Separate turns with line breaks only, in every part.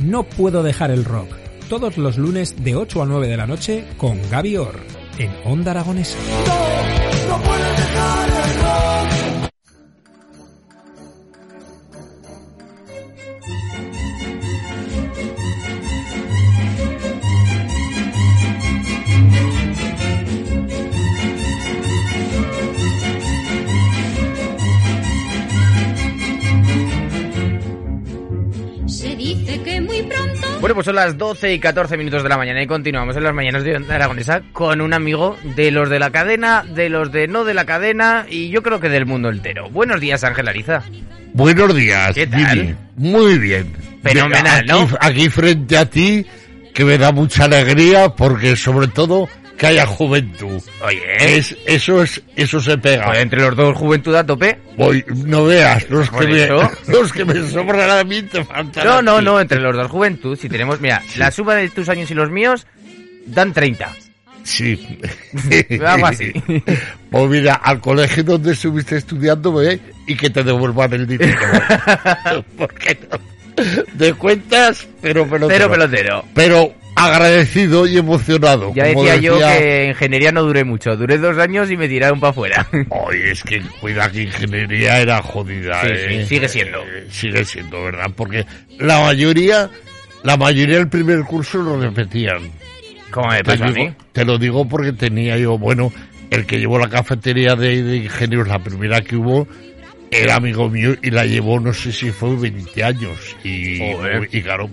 No puedo dejar el rock. Todos los lunes de 8 a 9 de la noche con Gaby Orr en Onda Aragonesa.
Se dice que muy pronto.
Bueno, pues son las 12 y 14 minutos de la mañana y continuamos en las mañanas de Onda Aragonesa con un amigo de los de la cadena, de los de no de la cadena y yo creo que del mundo entero. Buenos días, Ángel Ariza.
Buenos días,
¿Qué tal?
Jimmy. Muy bien.
Fenomenal,
Mira, aquí,
¿no?
Aquí frente a ti, que me da mucha alegría porque sobre todo que haya juventud.
Oye,
Es, eso es, eso se pega.
joder, entre los dos, juventud a tope.
Voy, no veas, los
Por
que, me,
eso.
los que me sobran a mí te faltan.
No,
a
no,
ti.
no, entre los dos, juventud. Si tenemos, mira, la suma de tus años y los míos dan 30.
Sí.
Algo así.
Pues mira, al colegio donde estuviste estudiando, ve, y que te devuelvan el dinero. ¿Por qué no? De cuentas, pero pelotero.
Cero pelotero.
Pero agradecido y emocionado.
Ya
como
decía yo que ingeniería no duré mucho. Duré dos años y me tiraron para afuera.
Ay, es que cuida que ingeniería era jodida.
Sí,
¿eh?
sí, sigue siendo.
Eh, Sigue siendo, ¿verdad? Porque la mayoría, la mayoría del primer curso lo repetían.
¿Cómo me
Te,
pasó a
digo-
mí?
te lo digo porque tenía yo, bueno, el que llevó la cafetería de, de ingenieros, la primera que hubo, era amigo mío y la llevó, no sé si fue 20 años. Y,
Joder.
y claro,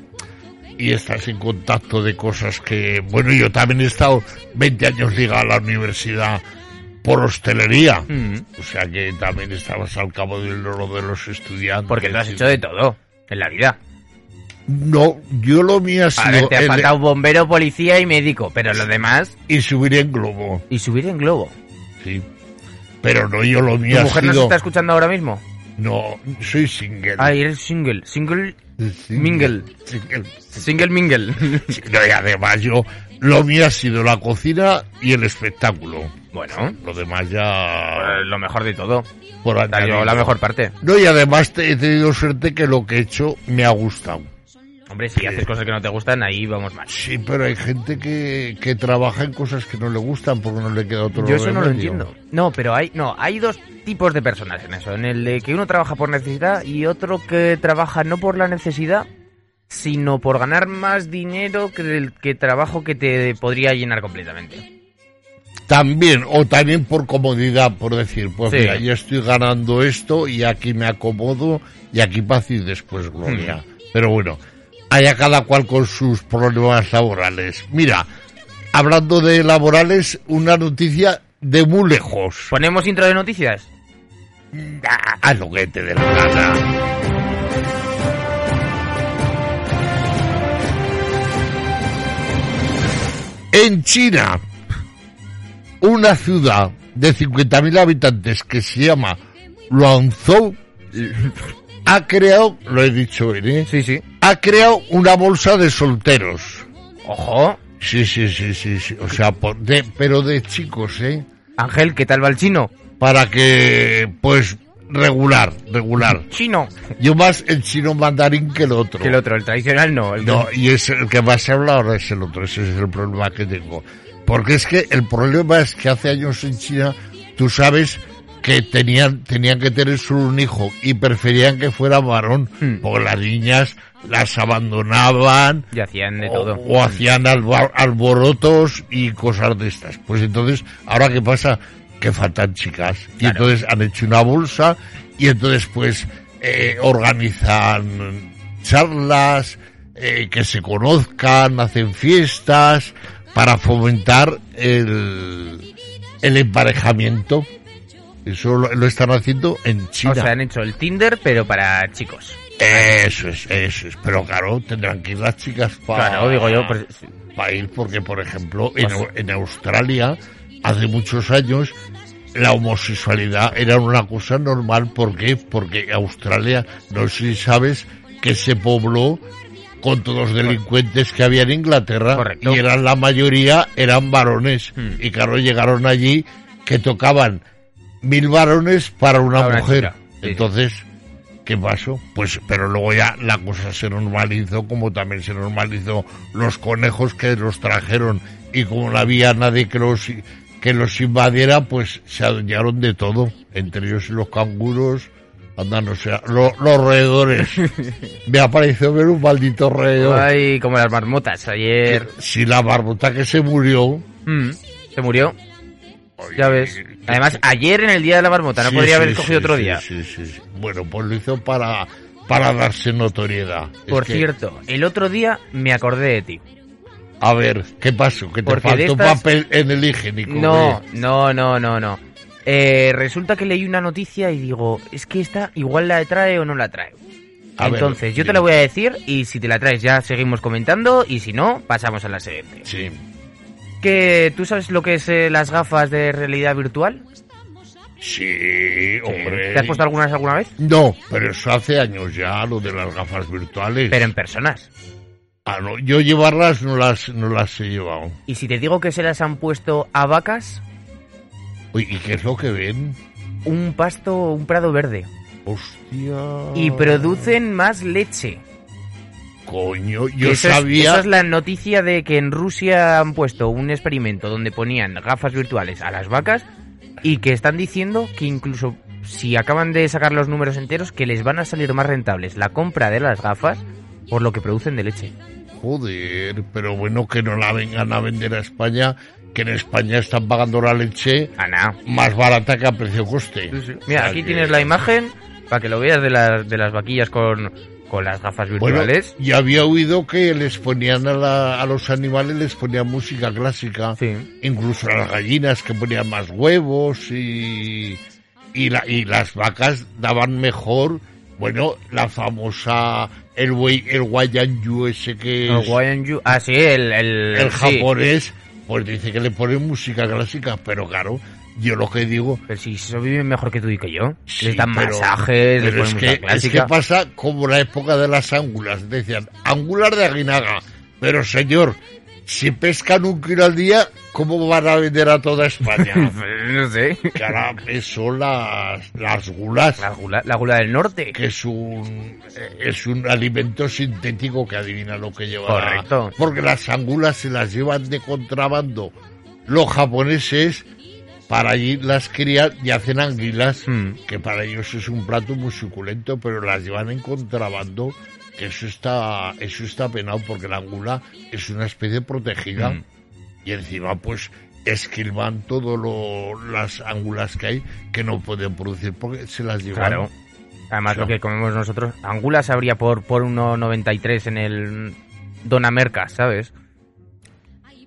y estás en contacto de cosas que, bueno, yo también he estado 20 años ligado a la universidad por hostelería.
Mm.
O sea que también estabas al cabo del oro de los estudiantes.
Porque tú has hecho de todo en la vida.
No, yo lo mío ha
A ver,
sido
te ha
el-
faltado bombero, policía y médico, pero lo demás...
y subir en globo.
Y subir en globo.
Sí. Pero no, yo lo mío
¿Tu
ha
mujer nos
sido-
está escuchando ahora mismo?
No, soy single.
Ah, eres single. Single...
Single.
mingle.
Single.
Single mingle.
Sí, no, y además yo, lo mío ha sido la cocina y el espectáculo.
bueno,
Lo demás
eh,
ya...
lo mejor de todo.
Por
Salió
añadido.
la mejor parte.
No, y además te- he tenido suerte que lo que he hecho me ha gustado.
Hombre, si haces cosas que no te gustan, ahí vamos mal.
Sí, pero hay gente que, que trabaja en cosas que no le gustan porque no le queda otro
Yo eso no lo
remedio.
entiendo. No, pero hay no hay dos tipos de personas en eso. En el de que uno trabaja por necesidad y otro que trabaja no por la necesidad, sino por ganar más dinero que del que trabajo que te podría llenar completamente.
También, o también por comodidad, por decir, pues
Sí.
mira, yo estoy ganando esto y aquí me acomodo y aquí paz y después gloria. Pero bueno, haya cada cual con sus problemas laborales. Mira, hablando de laborales, una noticia de muy lejos.
Ponemos intro de noticias.
Ah, Haz lo que te dé la gana. En China, una ciudad de 50.000 habitantes que se llama Luangzhou ha creado, lo he dicho bien, ¿eh?
Sí, sí.
ha creado una bolsa de solteros.
Ojo,
Sí, sí, sí, sí, sí. O sea, por- de- pero de chicos, ¿eh?
Ángel, ¿qué tal va el chino?
Para que, pues, regular, regular.
Chino.
Yo más el chino mandarín que el otro.
Que el otro, el tradicional no. El
No, y es el que más se habla ahora es el otro. Ese es el problema que tengo. Porque es que el problema es que hace años en China, tú sabes que tenían, tenían que tener solo un hijo y preferían que fuera varón,
Hmm.
porque las niñas las abandonaban
Y hacían de
o,
todo.
o hacían alba- alborotos y cosas de estas. Pues entonces, ¿ahora qué pasa? Que faltan chicas. Y
Claro.
entonces han hecho una bolsa y entonces pues eh, organizan charlas, eh, que se conozcan, hacen fiestas para fomentar el, el emparejamiento. Eso lo, lo están haciendo en China.
O sea, han hecho el Tinder, pero para chicos.
Eso es, eso es. Pero claro, tendrán que ir las chicas para
Claro, digo yo, pues, pero-
pa ir, porque por ejemplo, en, en Australia, hace muchos años, la homosexualidad era una cosa normal. ¿Por qué? Porque Australia, no sé si sabes, que se pobló con todos los delincuentes que había en Inglaterra
Correcto.
y eran la mayoría eran varones
Hmm.
y claro llegaron allí que tocaban mil varones para una
Para una
mujer
chica, sí.
entonces ¿Qué pasó? Pues, pero luego ya la cosa se normalizó, como también se normalizó los conejos que los trajeron y como no había nadie que los, que los invadiera, pues se adueñaron de todo, entre ellos los canguros, andan, o sea, lo- los roedores. Me ha parecido ver un maldito roedor.
Ay, como las marmotas ayer.
Si la barbota que se murió,
Mm, se murió. Ya ves. Además, ayer en el día de la marmota, no
Sí,
podría
sí,
haber escogido
sí,
otro
sí,
día.
sí, sí, sí. Bueno, pues lo hizo para, para darse notoriedad. Es
Por
que-
cierto, el otro día me acordé de ti.
A ver, ¿qué pasó? Que te
Porque de
faltó
estas-
papel en el higiénico.
No,
¿eh?
no, no, no, no. Eh, resulta que leí una noticia y digo, es que esta igual la trae o no la trae.
A ver,
Entonces, yo te
dime.
la voy a decir y si te la traes ya seguimos comentando y si no, pasamos a la siguiente.
Sí.
Que tú sabes lo que es eh, las gafas de realidad virtual?
Sí, hombre.
¿Te has puesto algunas alguna vez?
No, pero eso hace años ya, lo de las gafas virtuales.
Pero en personas.
Ah, no, yo llevarlas no las, no las he llevado.
Y si te digo que se las han puesto a vacas,
Uy, ¿y qué es lo que ven?
un pasto, un prado verde.
Hostia.
Y producen más leche.
Coño, yo
Eso es-
sabía.
esa es la noticia de que en Rusia han puesto un experimento donde ponían gafas virtuales a las vacas y que están diciendo que incluso si acaban de sacar los números enteros que les van a salir más rentables la compra de las gafas por lo que producen de leche.
Joder, pero bueno, que no la vengan a vender a España, que en España están pagando la leche
Ana.
más barata que a precio coste. O
Mira,
sea
aquí
que-
tienes la imagen para que lo veas de las, de las vaquillas con, con las gafas
Bueno,
virtuales.
y había oído que les ponían a, la- a los animales, les ponían música clásica,
Sí.
incluso a las gallinas que ponían más huevos y, y, la- y las vacas daban mejor, bueno, la famosa, el, buey- el guayanyu ese que
El
es
Guayanju- Ah, sí, el... El,
el
sí.
japonés, pues dice que le ponen música clásica, pero claro, yo lo que digo...
Pero si eso viven mejor que tú y que yo.
Sí,
les dan
pero-
masajes, les
pero
ponen
es
música
que, es
clásica.
que pasa como la época de las ángulas. Decían, ángular de Aguinaga. Pero señor, si pescan un kilo al día, ¿cómo van a vender a toda España?
no sé.
Cara, son las, las gulas,
La gula, la gula del norte.
que es un, eh, es un alimento sintético que adivina lo que lleva.
Correcto.
Porque las angulas se las llevan de contrabando los japoneses. Para allí las crían y hacen anguilas
Mm.
que para ellos es un plato muy suculento, pero las llevan en contrabando, que eso está, eso está penado porque la angula es una especie protegida
Mm.
y encima pues esquilman todas las angulas que hay que no pueden producir porque se las llevan.
Claro. Además, lo
Claro.
que comemos nosotros. Angulas habría por, por 1,93 en el Donamerca, ¿sabes?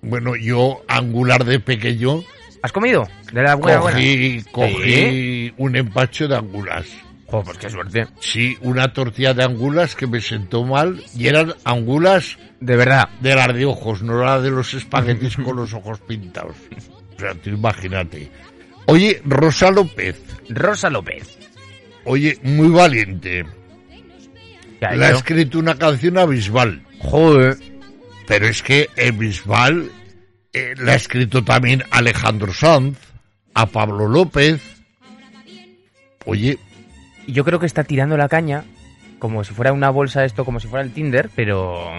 Bueno, yo angular de pequeño
¿Has comido? De la buena, buena.
cogí, cogí
¿Sí?
un empacho de angulas.
Jo, pues qué suerte.
Sí, una tortilla de angulas que me sentó mal y eran angulas
De verdad.
de las de ojos, no la de los espaguetis con los ojos pintados. O sea, tú imagínate. Oye, Rosa López,
Rosa López.
oye, muy valiente.
¿Qué ha
Le ha
hecho?
escrito una canción a Bisbal,
Joder.
pero es que eh, Bisbal eh, la ha escrito también a Alejandro Sanz, a Pablo López. Oye,
Y Yo creo que está tirando la caña como si fuera una bolsa esto, como si fuera el Tinder, pero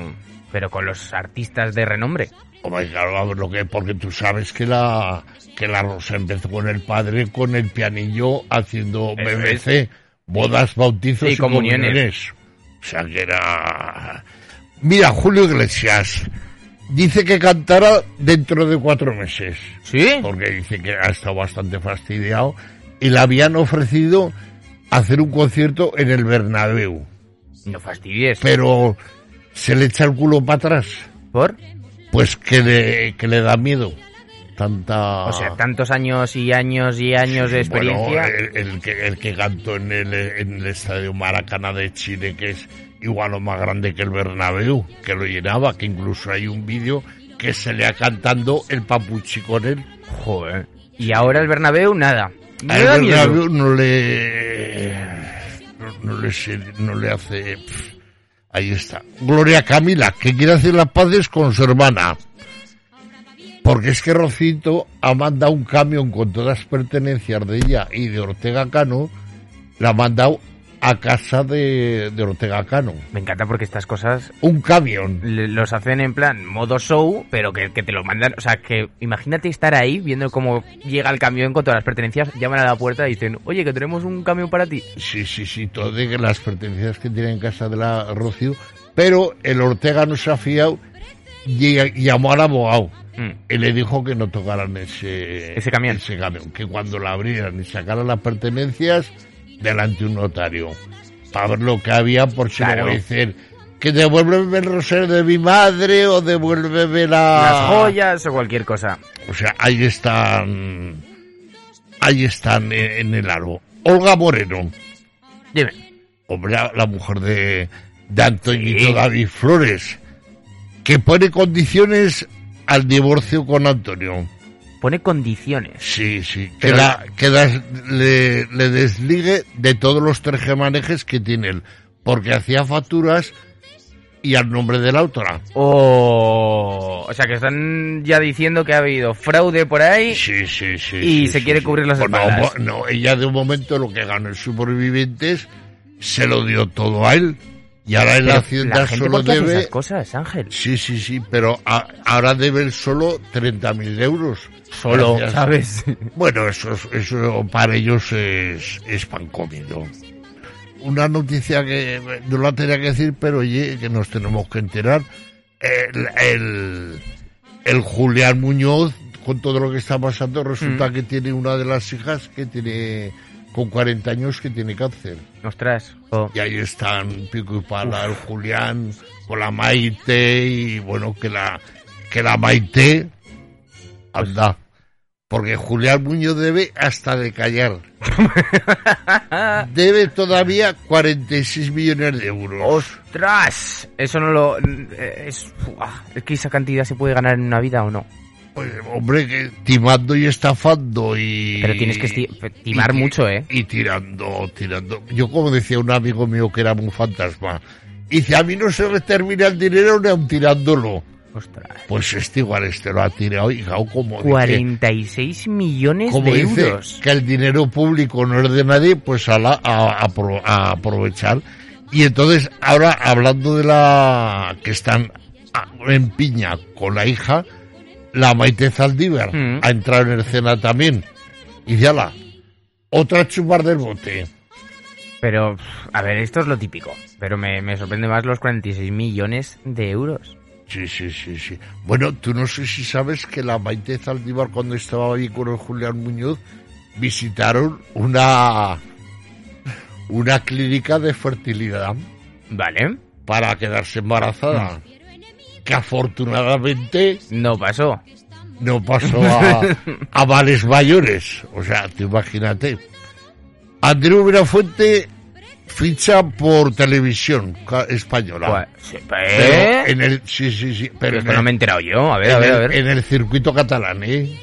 pero con los artistas de renombre.
oh my God, vamos, lo que, porque tú sabes que la, que la Rosa empezó con el padre, con el pianillo, haciendo
Eso
BBC, bodas, bautizos
Sí,
y
comuniones.
comuniones. O sea que era... Mira, Julio Iglesias dice que cantará dentro de cuatro meses,
¿Sí?
porque dice que ha estado bastante fastidiado y le habían ofrecido hacer un concierto en el Bernabéu,
No fastidies.
pero se le echa el culo para atrás.
¿Por?
Pues que le, que le da miedo. tanta...
O sea, tantos años y años y años de experiencia.
Bueno, eh. el, el que, el que cantó en el, en el estadio Maracaná de Chile, que es igual o más grande que el Bernabéu, que lo llenaba, que incluso hay un vídeo que se le ha cantando el papuchi con él.
Joder. Y ahora el Bernabéu, nada. Me
Al
da miedo.
Bernabéu no le... No, no le, se- no le hace... pf. Ahí está. Gloria Camila, que quiere hacer las paces con su hermana. Porque es que Rocito ha mandado un camión con todas las pertenencias de ella y de Ortega Cano, la ha mandado a casa de, de Ortega Cano.
Me encanta porque estas cosas
Un camión.
le- los hacen en plan modo show, pero que, que te lo mandan. O sea, que imagínate estar ahí viendo cómo llega el camión con todas las pertenencias, llaman a la puerta y dicen, oye, que tenemos un camión para ti.
Sí, sí, sí, todas las pertenencias que tiene en casa de la Rocío, pero el Ortega no se ha fiado y y llamó al abogado.
Mm.
Y le dijo que no tocaran ese,
Ese camión.
ese camión, que cuando lo abrieran y sacaran las pertenencias, delante un notario, para ver lo que había, por si
Claro.
luego dicen que devuélveme el rosario de mi madre o devuélveme la...
Las joyas o cualquier cosa.
O sea, ahí están, ahí están eh, en el árbol. Olga Moreno,
Dime.
hombre, la, la mujer de, de Antoñito
Sí.
David Flores, que pone condiciones al divorcio con Antonio.
Pone condiciones.
Sí, sí. Que,
Pero-
la- que das- le, le desligue de todos los trejemanejes que tiene él. Porque hacía facturas y al nombre de la autora.
O... o sea, que están ya diciendo que ha habido fraude por ahí.
Sí, sí, sí.
Y
sí,
se
sí,
quiere
sí.
cubrir las
Bueno,
espaldas.
mo- No, ella de un momento lo que ganó en Supervivientes se lo dio todo a él. Y ahora en la
Pero
Hacienda
la gente
solo
¿por qué hace
debe...
esas cosas, Ángel.
Sí, sí, sí, pero a- ahora debe él solo 30.000 euros.
Solo,
Gracias.
¿sabes?
Bueno, eso, es- eso para ellos es, es pan comido. Una noticia que no la tenía que decir, pero oye, que nos tenemos que enterar. El, el- el Julián Muñoz, con todo lo que está pasando, resulta que tiene una de las hijas que tiene con 40 años que tiene cáncer.
Ostras. jo.
Y ahí están Pico y Pala, el Julián, con la Maite, y bueno, que la, que la Maite anda. Porque Julián Muñoz debe hasta de callar. debe todavía 46 millones de euros.
¡Ostras! Eso no lo... eh, Es, Buah, es que esa cantidad se puede ganar en una vida o no.
Pues, hombre, que timando y estafando y...
Pero tienes que esti- timar
y-
mucho, ¿eh?
Y tirando, tirando. Yo como decía un amigo mío que era un fantasma, dice, a mí no se me termina el dinero ni aun tirándolo.
¡Ostras!
Pues este igual este lo ha tirado y claro, como dice,
46 millones
como
de
dice
euros.
que el dinero público no es de nadie, pues a, la- a- a apro- a aprovechar. Y entonces ahora hablando de la que están a- en piña con la hija, la Maite Zaldívar
Mm.
ha entrado en escena también. Y la otra chupar del bote.
Pero, pf, a ver, esto es lo típico. Pero me, me sorprende más los 46 millones de euros.
Sí, sí, sí, sí. Bueno, tú no sé si sabes que la Maite Zaldívar cuando estaba ahí con el Julián Muñoz visitaron una una clínica de fertilidad
¿Vale?
para quedarse embarazada. Que afortunadamente
No pasó.
no pasó a, a males mayores. O sea, tú imagínate. Andreu Virafuente ficha por televisión ca- española.
Buah, sí,
Pero
Pues, ¿eh?
en el, sí, sí, sí. Pero
Pero
en
esto
el-
no me he enterado yo. A ver,
en,
a ver,
el,
a ver.
en el circuito catalán, ¿eh?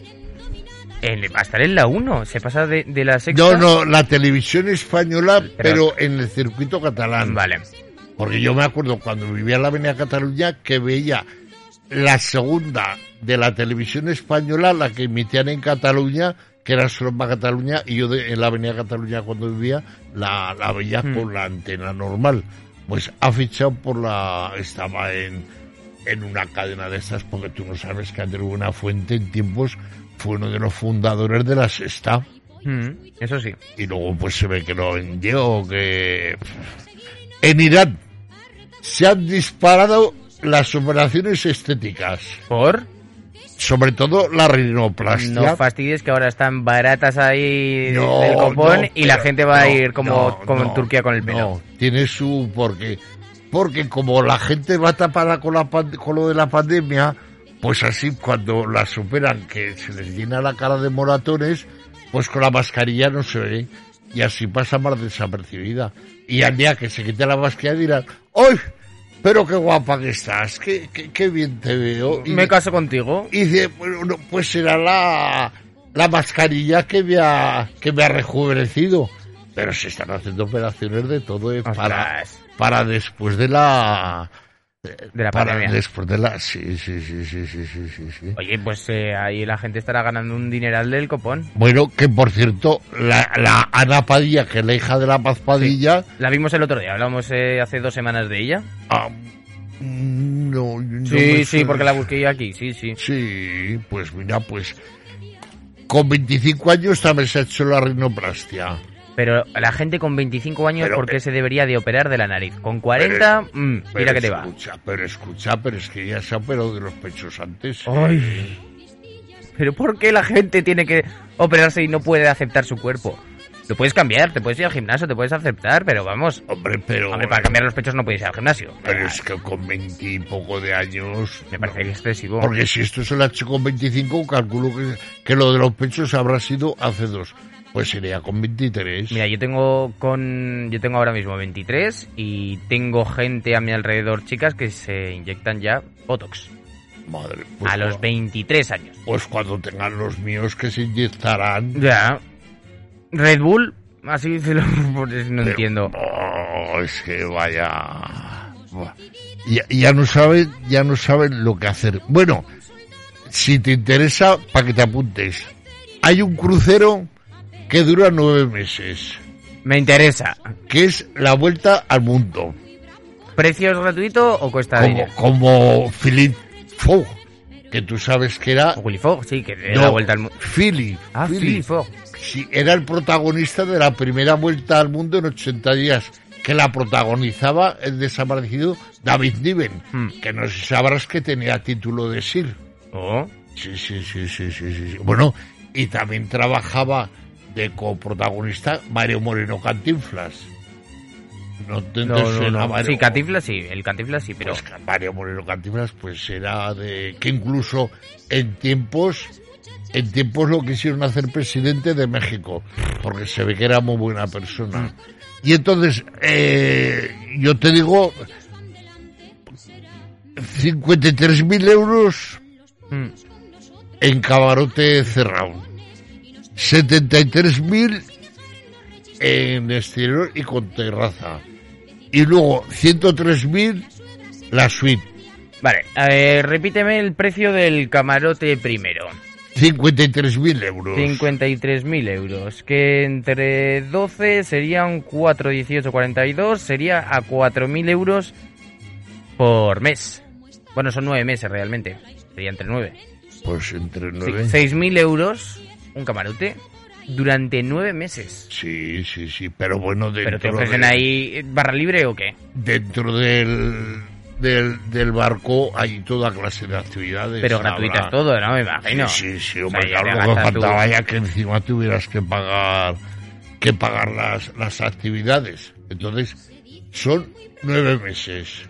En- va a estar en la 1. Se pasa de, de la sexta.
No, no, la televisión española,
Pero-
pero, en el circuito catalán.
Vale.
Porque yo me acuerdo cuando vivía en la Avenida Cataluña que veía la segunda de la televisión española, la que emitían en Cataluña, que era solo para Cataluña, y yo de- en la Avenida Cataluña cuando vivía la, la veía con la antena normal. Pues ha fichado por la... estaba en, en una cadena de estas, porque tú no sabes que Andrés Buenafuente en tiempos fue uno de los fundadores de la Sexta
Mm, eso sí.
y luego pues se ve que lo vendió que en Irán se han disparado las operaciones estéticas
¿Por?
sobre todo la
No
rinoplastia
fastidies que ahora están baratas ahí
No,
del copón
no,
y la
pero-
gente va a
no,
ir como,
no,
como en
no,
Turquía con el pelo.
no, tiene su porque porque como la gente va tapada con la pan- con lo de la pandemia pues así cuando las superan, que se les llena la cara de moratones, pues con la mascarilla no se ve. Y así pasa más desapercibida. Y al día que se quite la mascarilla dirán, ¡Ay! Pero qué guapa que estás, qué, qué, qué bien te veo. Y-
Me caso contigo.
y dice, bueno, no, pues será la, la mascarilla que me, ha, que me ha rejuvenecido. Pero se están haciendo operaciones de todo eh, para,
Ostras.
para después de la...
De la
para
pandemia.
después de la... Sí, sí, sí, sí, sí, sí, sí, sí.
Oye, pues eh, ahí la gente estará ganando un dineral del copón.
Bueno, que por cierto, la, la Ana Padilla, que es la hija de la Paz Padilla...
La vimos el otro día, hablamos eh, hace dos semanas de ella.
ah, mm, no, no
Sí,
me
sí,
suena.
porque la busqué yo aquí, sí, sí.
Sí, pues mira, pues... Con 25 años también se ha hecho la rinoplastia.
Pero la gente con 25 años,
Pero,
¿por qué
eh,
se debería de operar de la nariz? Con 40, mm, mira que te va.
escucha, pero escucha, pero es que ya se ha operado de los pechos antes.
Ay. Pero ¿por qué la gente tiene que operarse y no puede aceptar su cuerpo? Lo puedes cambiar, te puedes ir al gimnasio, te puedes aceptar, pero vamos.
Hombre, pero.
Hombre, para cambiar los pechos no puedes ir al gimnasio.
Pero es que con 20 y poco de años.
Me parece
no.
excesivo.
Porque si esto se lo ha hecho con 25, calculo que, que lo de los pechos habrá sido hace dos. Pues sería con 23.
Mira, yo tengo con yo tengo ahora mismo 23 y tengo gente a mi alrededor, chicas que se inyectan ya botox
Madre. pues
a los
cua-
23 años.
Pues cuando tengan los míos que se inyectarán.
Ya. Red Bull, así se lo pues, no
Pero-
entiendo.
Oh, es que vaya. Buah. Ya, ya no saben, ya no saben lo que hacer. Bueno, si te interesa, para que te apuntes. Hay un crucero que dura nueve meses,
Me interesa.
que es la vuelta al mundo.
¿Precios gratuito o cuesta
Como,
dinero?
como Philip Fogg, que tú sabes que era.
O Willy Fogg, sí, que le da
No,
la vuelta al mundo.
Philip.
Ah,
Philip.
Philip Fogg.
Sí, era el protagonista de la primera vuelta al mundo en 80 días, que la protagonizaba el desaparecido David Niven,
Hmm.
que no sé si sabrás que tenía título de Sir.
Oh,
Sí, sí, sí, sí, sí, sí, sí. Bueno, y también trabajaba de coprotagonista Mario Moreno Cantinflas. No te
no,
te
no,
suena
no.
Mario.
Sí, Cantinflas sí, el Cantinflas sí, pero
Pues que Mario Moreno Cantinflas pues era de que incluso en tiempos en tiempos lo quisieron hacer presidente de México porque se ve que era muy buena persona y entonces eh, yo te digo 53.000 euros
mm,
en camarote cerrado 73.000 en exterior y con terraza y luego 103.000 la suite
Vale, eh, repíteme el precio del camarote primero.
53.000 euros.
53.000 euros, que entre 12 serían 4, 18, 42, sería a 4.000 euros por mes. Bueno, son 9 meses realmente, sería entre 9.
Pues entre
Sí,
9.
6.000 euros, un camarote, durante 9 meses.
Sí, sí, sí, pero bueno,
¿Pero
dentro,
te ofrecen
de-
ahí barra libre o qué?
dentro del, del, del barco hay toda clase de actividades.
Pero
Habrá-
gratuitas todo, ¿no? Me imagino.
Sí, sí, sí,
O sea,
hombre,
ya te
claro, lo que
gastas tú-
faltaba ya que encima tuvieras que pagar que pagar las, las actividades. Entonces, son nueve meses.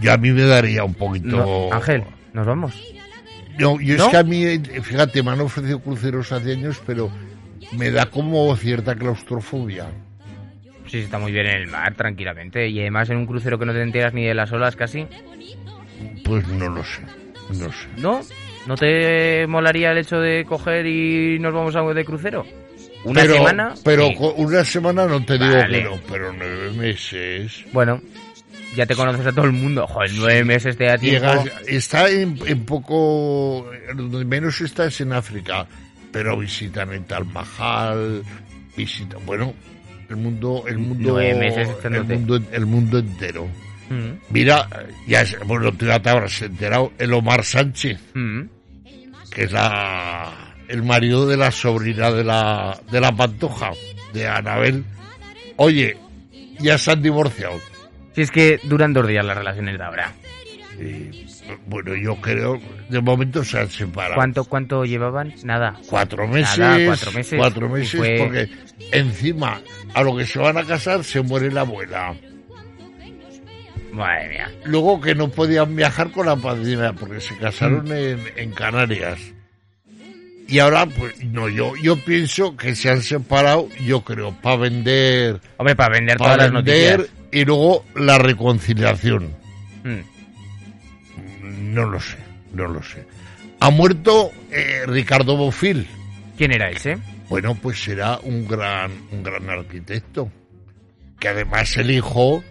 Y a mí me daría un poquito...
No, Ángel, nos vamos.
No, yo
¿No?
es que a mí, eh, fíjate, me han ofrecido cruceros hace años, pero me da como cierta claustrofobia.
Sí, sí, está muy bien en el mar, tranquilamente. Y además en un crucero que no te enteras ni de las olas casi.
Pues no lo sé, no sé.
¿No? ¿No te molaría el hecho de coger y nos vamos a de crucero? ¿Una
pero,
semana?
Pero
Sí.
co- una semana no te digo
Vale.
que no, pero nueve meses.
Bueno, ya te conoces a todo el mundo. Joder, nueve meses te da tiempo.
Llegas, está en, en poco, donde menos está es en África, pero visitan el Taj Mahal, visitan, bueno, el mundo, el mundo,
Nueve meses
el
echándote.
mundo, el mundo entero.
Mm,
Mira, ya, es- bueno, tú ya te habrás enterado, el Omar Sánchez.
mm.
que es la, el marido de la sobrina de la, de la Pantoja, de Anabel. Oye, ya se han divorciado.
Si es que duran dos días las relaciones de ahora.
Y, bueno, yo creo, de momento se han separado.
¿Cuánto, cuánto llevaban? Nada.
Cuatro meses,
Nada, cuatro meses.
cuatro meses,
Y fue-
porque encima a lo que se van a casar se muere la abuela.
Madre mía.
Luego que no podían viajar con la pandemia porque se
Mm.
casaron en, en Canarias. Y ahora, pues, no, yo, yo pienso que se han separado, yo creo, para vender,
Hombre, para vender todas
para
las
vender
noticias.
y luego la reconciliación.
Mm.
No lo sé, no lo sé. Ha muerto eh, Ricardo Bofil.
¿Quién era ese?
Bueno, pues será un gran, un gran arquitecto. Que además el hijo,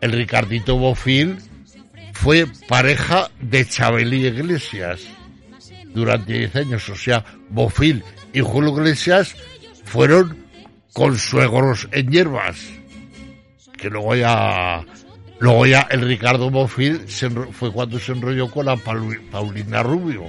el Ricardito Bofil, fue pareja de Chabel y Iglesias durante 10 años. O sea, Bofil y Julio Iglesias fueron consuegros en hierbas. Que luego ya, luego ya el Ricardo Bofil se enro- fue cuando se enrolló con la Paul- Paulina Rubio.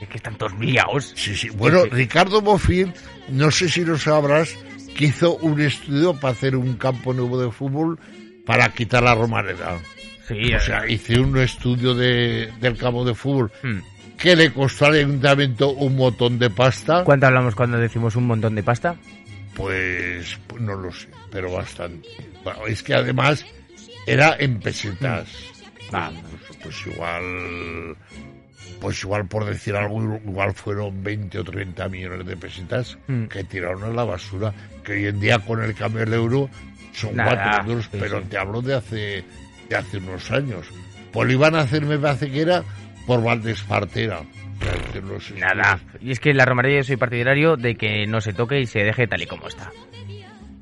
Es que están todos liados.
Sí, sí. Bueno,
Sí, sí.
Ricardo Bofil, no sé si lo sabrás, que hizo un estudio para hacer un campo nuevo de fútbol para quitar la Romareda.
Sí,
O sea,
eh,
hice un estudio de, del campo de fútbol
mm.
que le costó al ayuntamiento un montón de pasta.
¿Cuánto hablamos cuando decimos un montón de pasta?
Pues no lo sé, pero bastante. Bueno, es que además era en pesetas.
Vamos.
Pues, pues igual, pues igual por decir algo, igual fueron 20 o 30 millones de pesetas
Mm.
que tiraron a la basura, que hoy en día con el cambio del euro son
Nada,
cuatro euros,
sí,
pero
sí.
te hablo de hace, de hace unos años. Pues lo iban a hacer, me parece que era por Valdespartera. para hacer los
Nada.
estudios.
Y es que en la romería yo soy partidario de que no se toque y se deje tal y como está.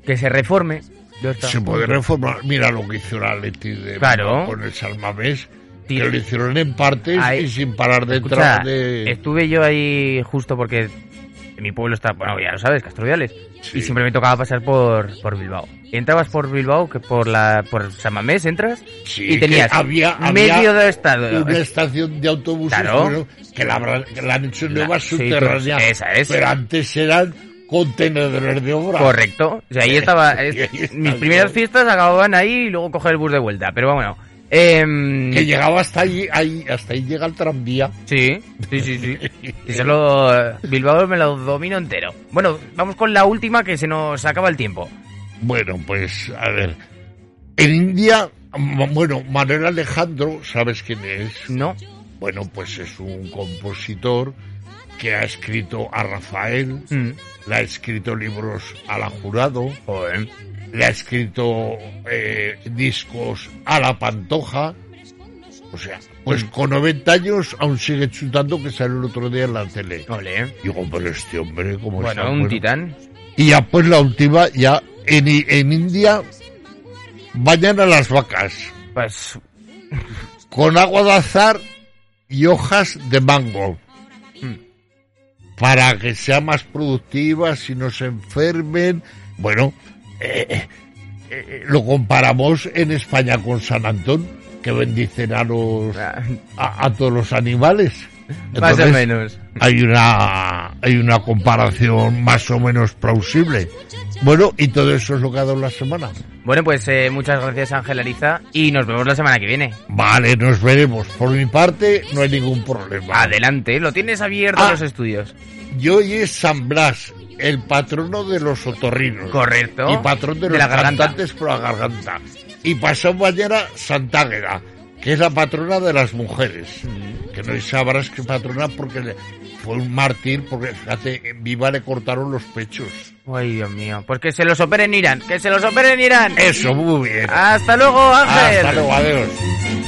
Que se reforme. Ya está.
Se puede reformar. Mira lo que hizo la Leti de
Claro.
con el Salmamés, que
Tío.
lo hicieron en partes
Ahí.
y sin parar de
Escucha,
entrar de...
estuve yo ahí justo porque en mi pueblo está, bueno, ya lo sabes, Castroviales.
Sí.
Y siempre me tocaba pasar por, por Bilbao. Entrabas por Bilbao, que por la por San Mamés entras
Sí,
y tenías
que había- había
medio de estado.
Una estación de autobuses
Claro.
pero que, la, habrán- que la han hecho
La-
nueva
sí,
subterránea.
pues, esa es.
Pero antes eran contenedores de obra.
Correcto. O sea, ahí estaba.
Ahí
es-
está,
mis
¿no?
primeras fiestas acababan ahí y luego coger el bus de vuelta. Pero bueno. em,
Que llegaba hasta allí, ahí, hasta ahí llega el tranvía.
Sí, sí, sí, sí. Y solo eh, Bilbao me lo domino entero. Bueno, vamos con la última que se nos acaba el tiempo.
Bueno, pues a ver. En India, m- bueno, Manuel Alejandro, ¿sabes quién es?
No.
Bueno, pues es un compositor que ha escrito a Rafael,
Mm.
le ha escrito libros a la jurado,
Joder.
le ha escrito eh, discos a la pantoja. O sea,
Mm.
pues con 90 años aún sigue chutando que salió el otro día en la tele.
Ole.
Digo, pero este hombre, como
Bueno, un titán.
Y ya pues la última, ya en, I- en India bañan a las vacas
Pues
con agua de azar y hojas de mango. Hmm. Para que sean más productivas y no se enfermen. Bueno, eh, eh, lo comparamos en España con San Antón, que bendicen a los
Ah.
a, a todos los animales.
más o
Entonces,
menos.
Hay una hay una comparación más o menos plausible. Bueno, y todo eso es lo que ha dado la semana.
Bueno, pues eh, muchas gracias, Ángel Ariza. Y nos vemos la semana que viene.
Vale, nos veremos. Por mi parte, no hay ningún problema.
Adelante, lo tienes abierto
Ah.
los estudios.
Y hoy es San Blas, el patrono de los otorrinos.
Correcto.
Y patrón de,
De
los
la garganta.
cantantes por la garganta. Y pasado mañana, Santágueda, que es la patrona de las mujeres. Que no sabrás que patrona porque le- fue un mártir, porque fíjate, en viva le cortaron los pechos.
Ay, Dios mío. Pues que se los operen Irán. Que se los operen Irán. Ah,
Eso, muy bien.
Hasta luego, Ángel.
Hasta Eh. luego, adiós.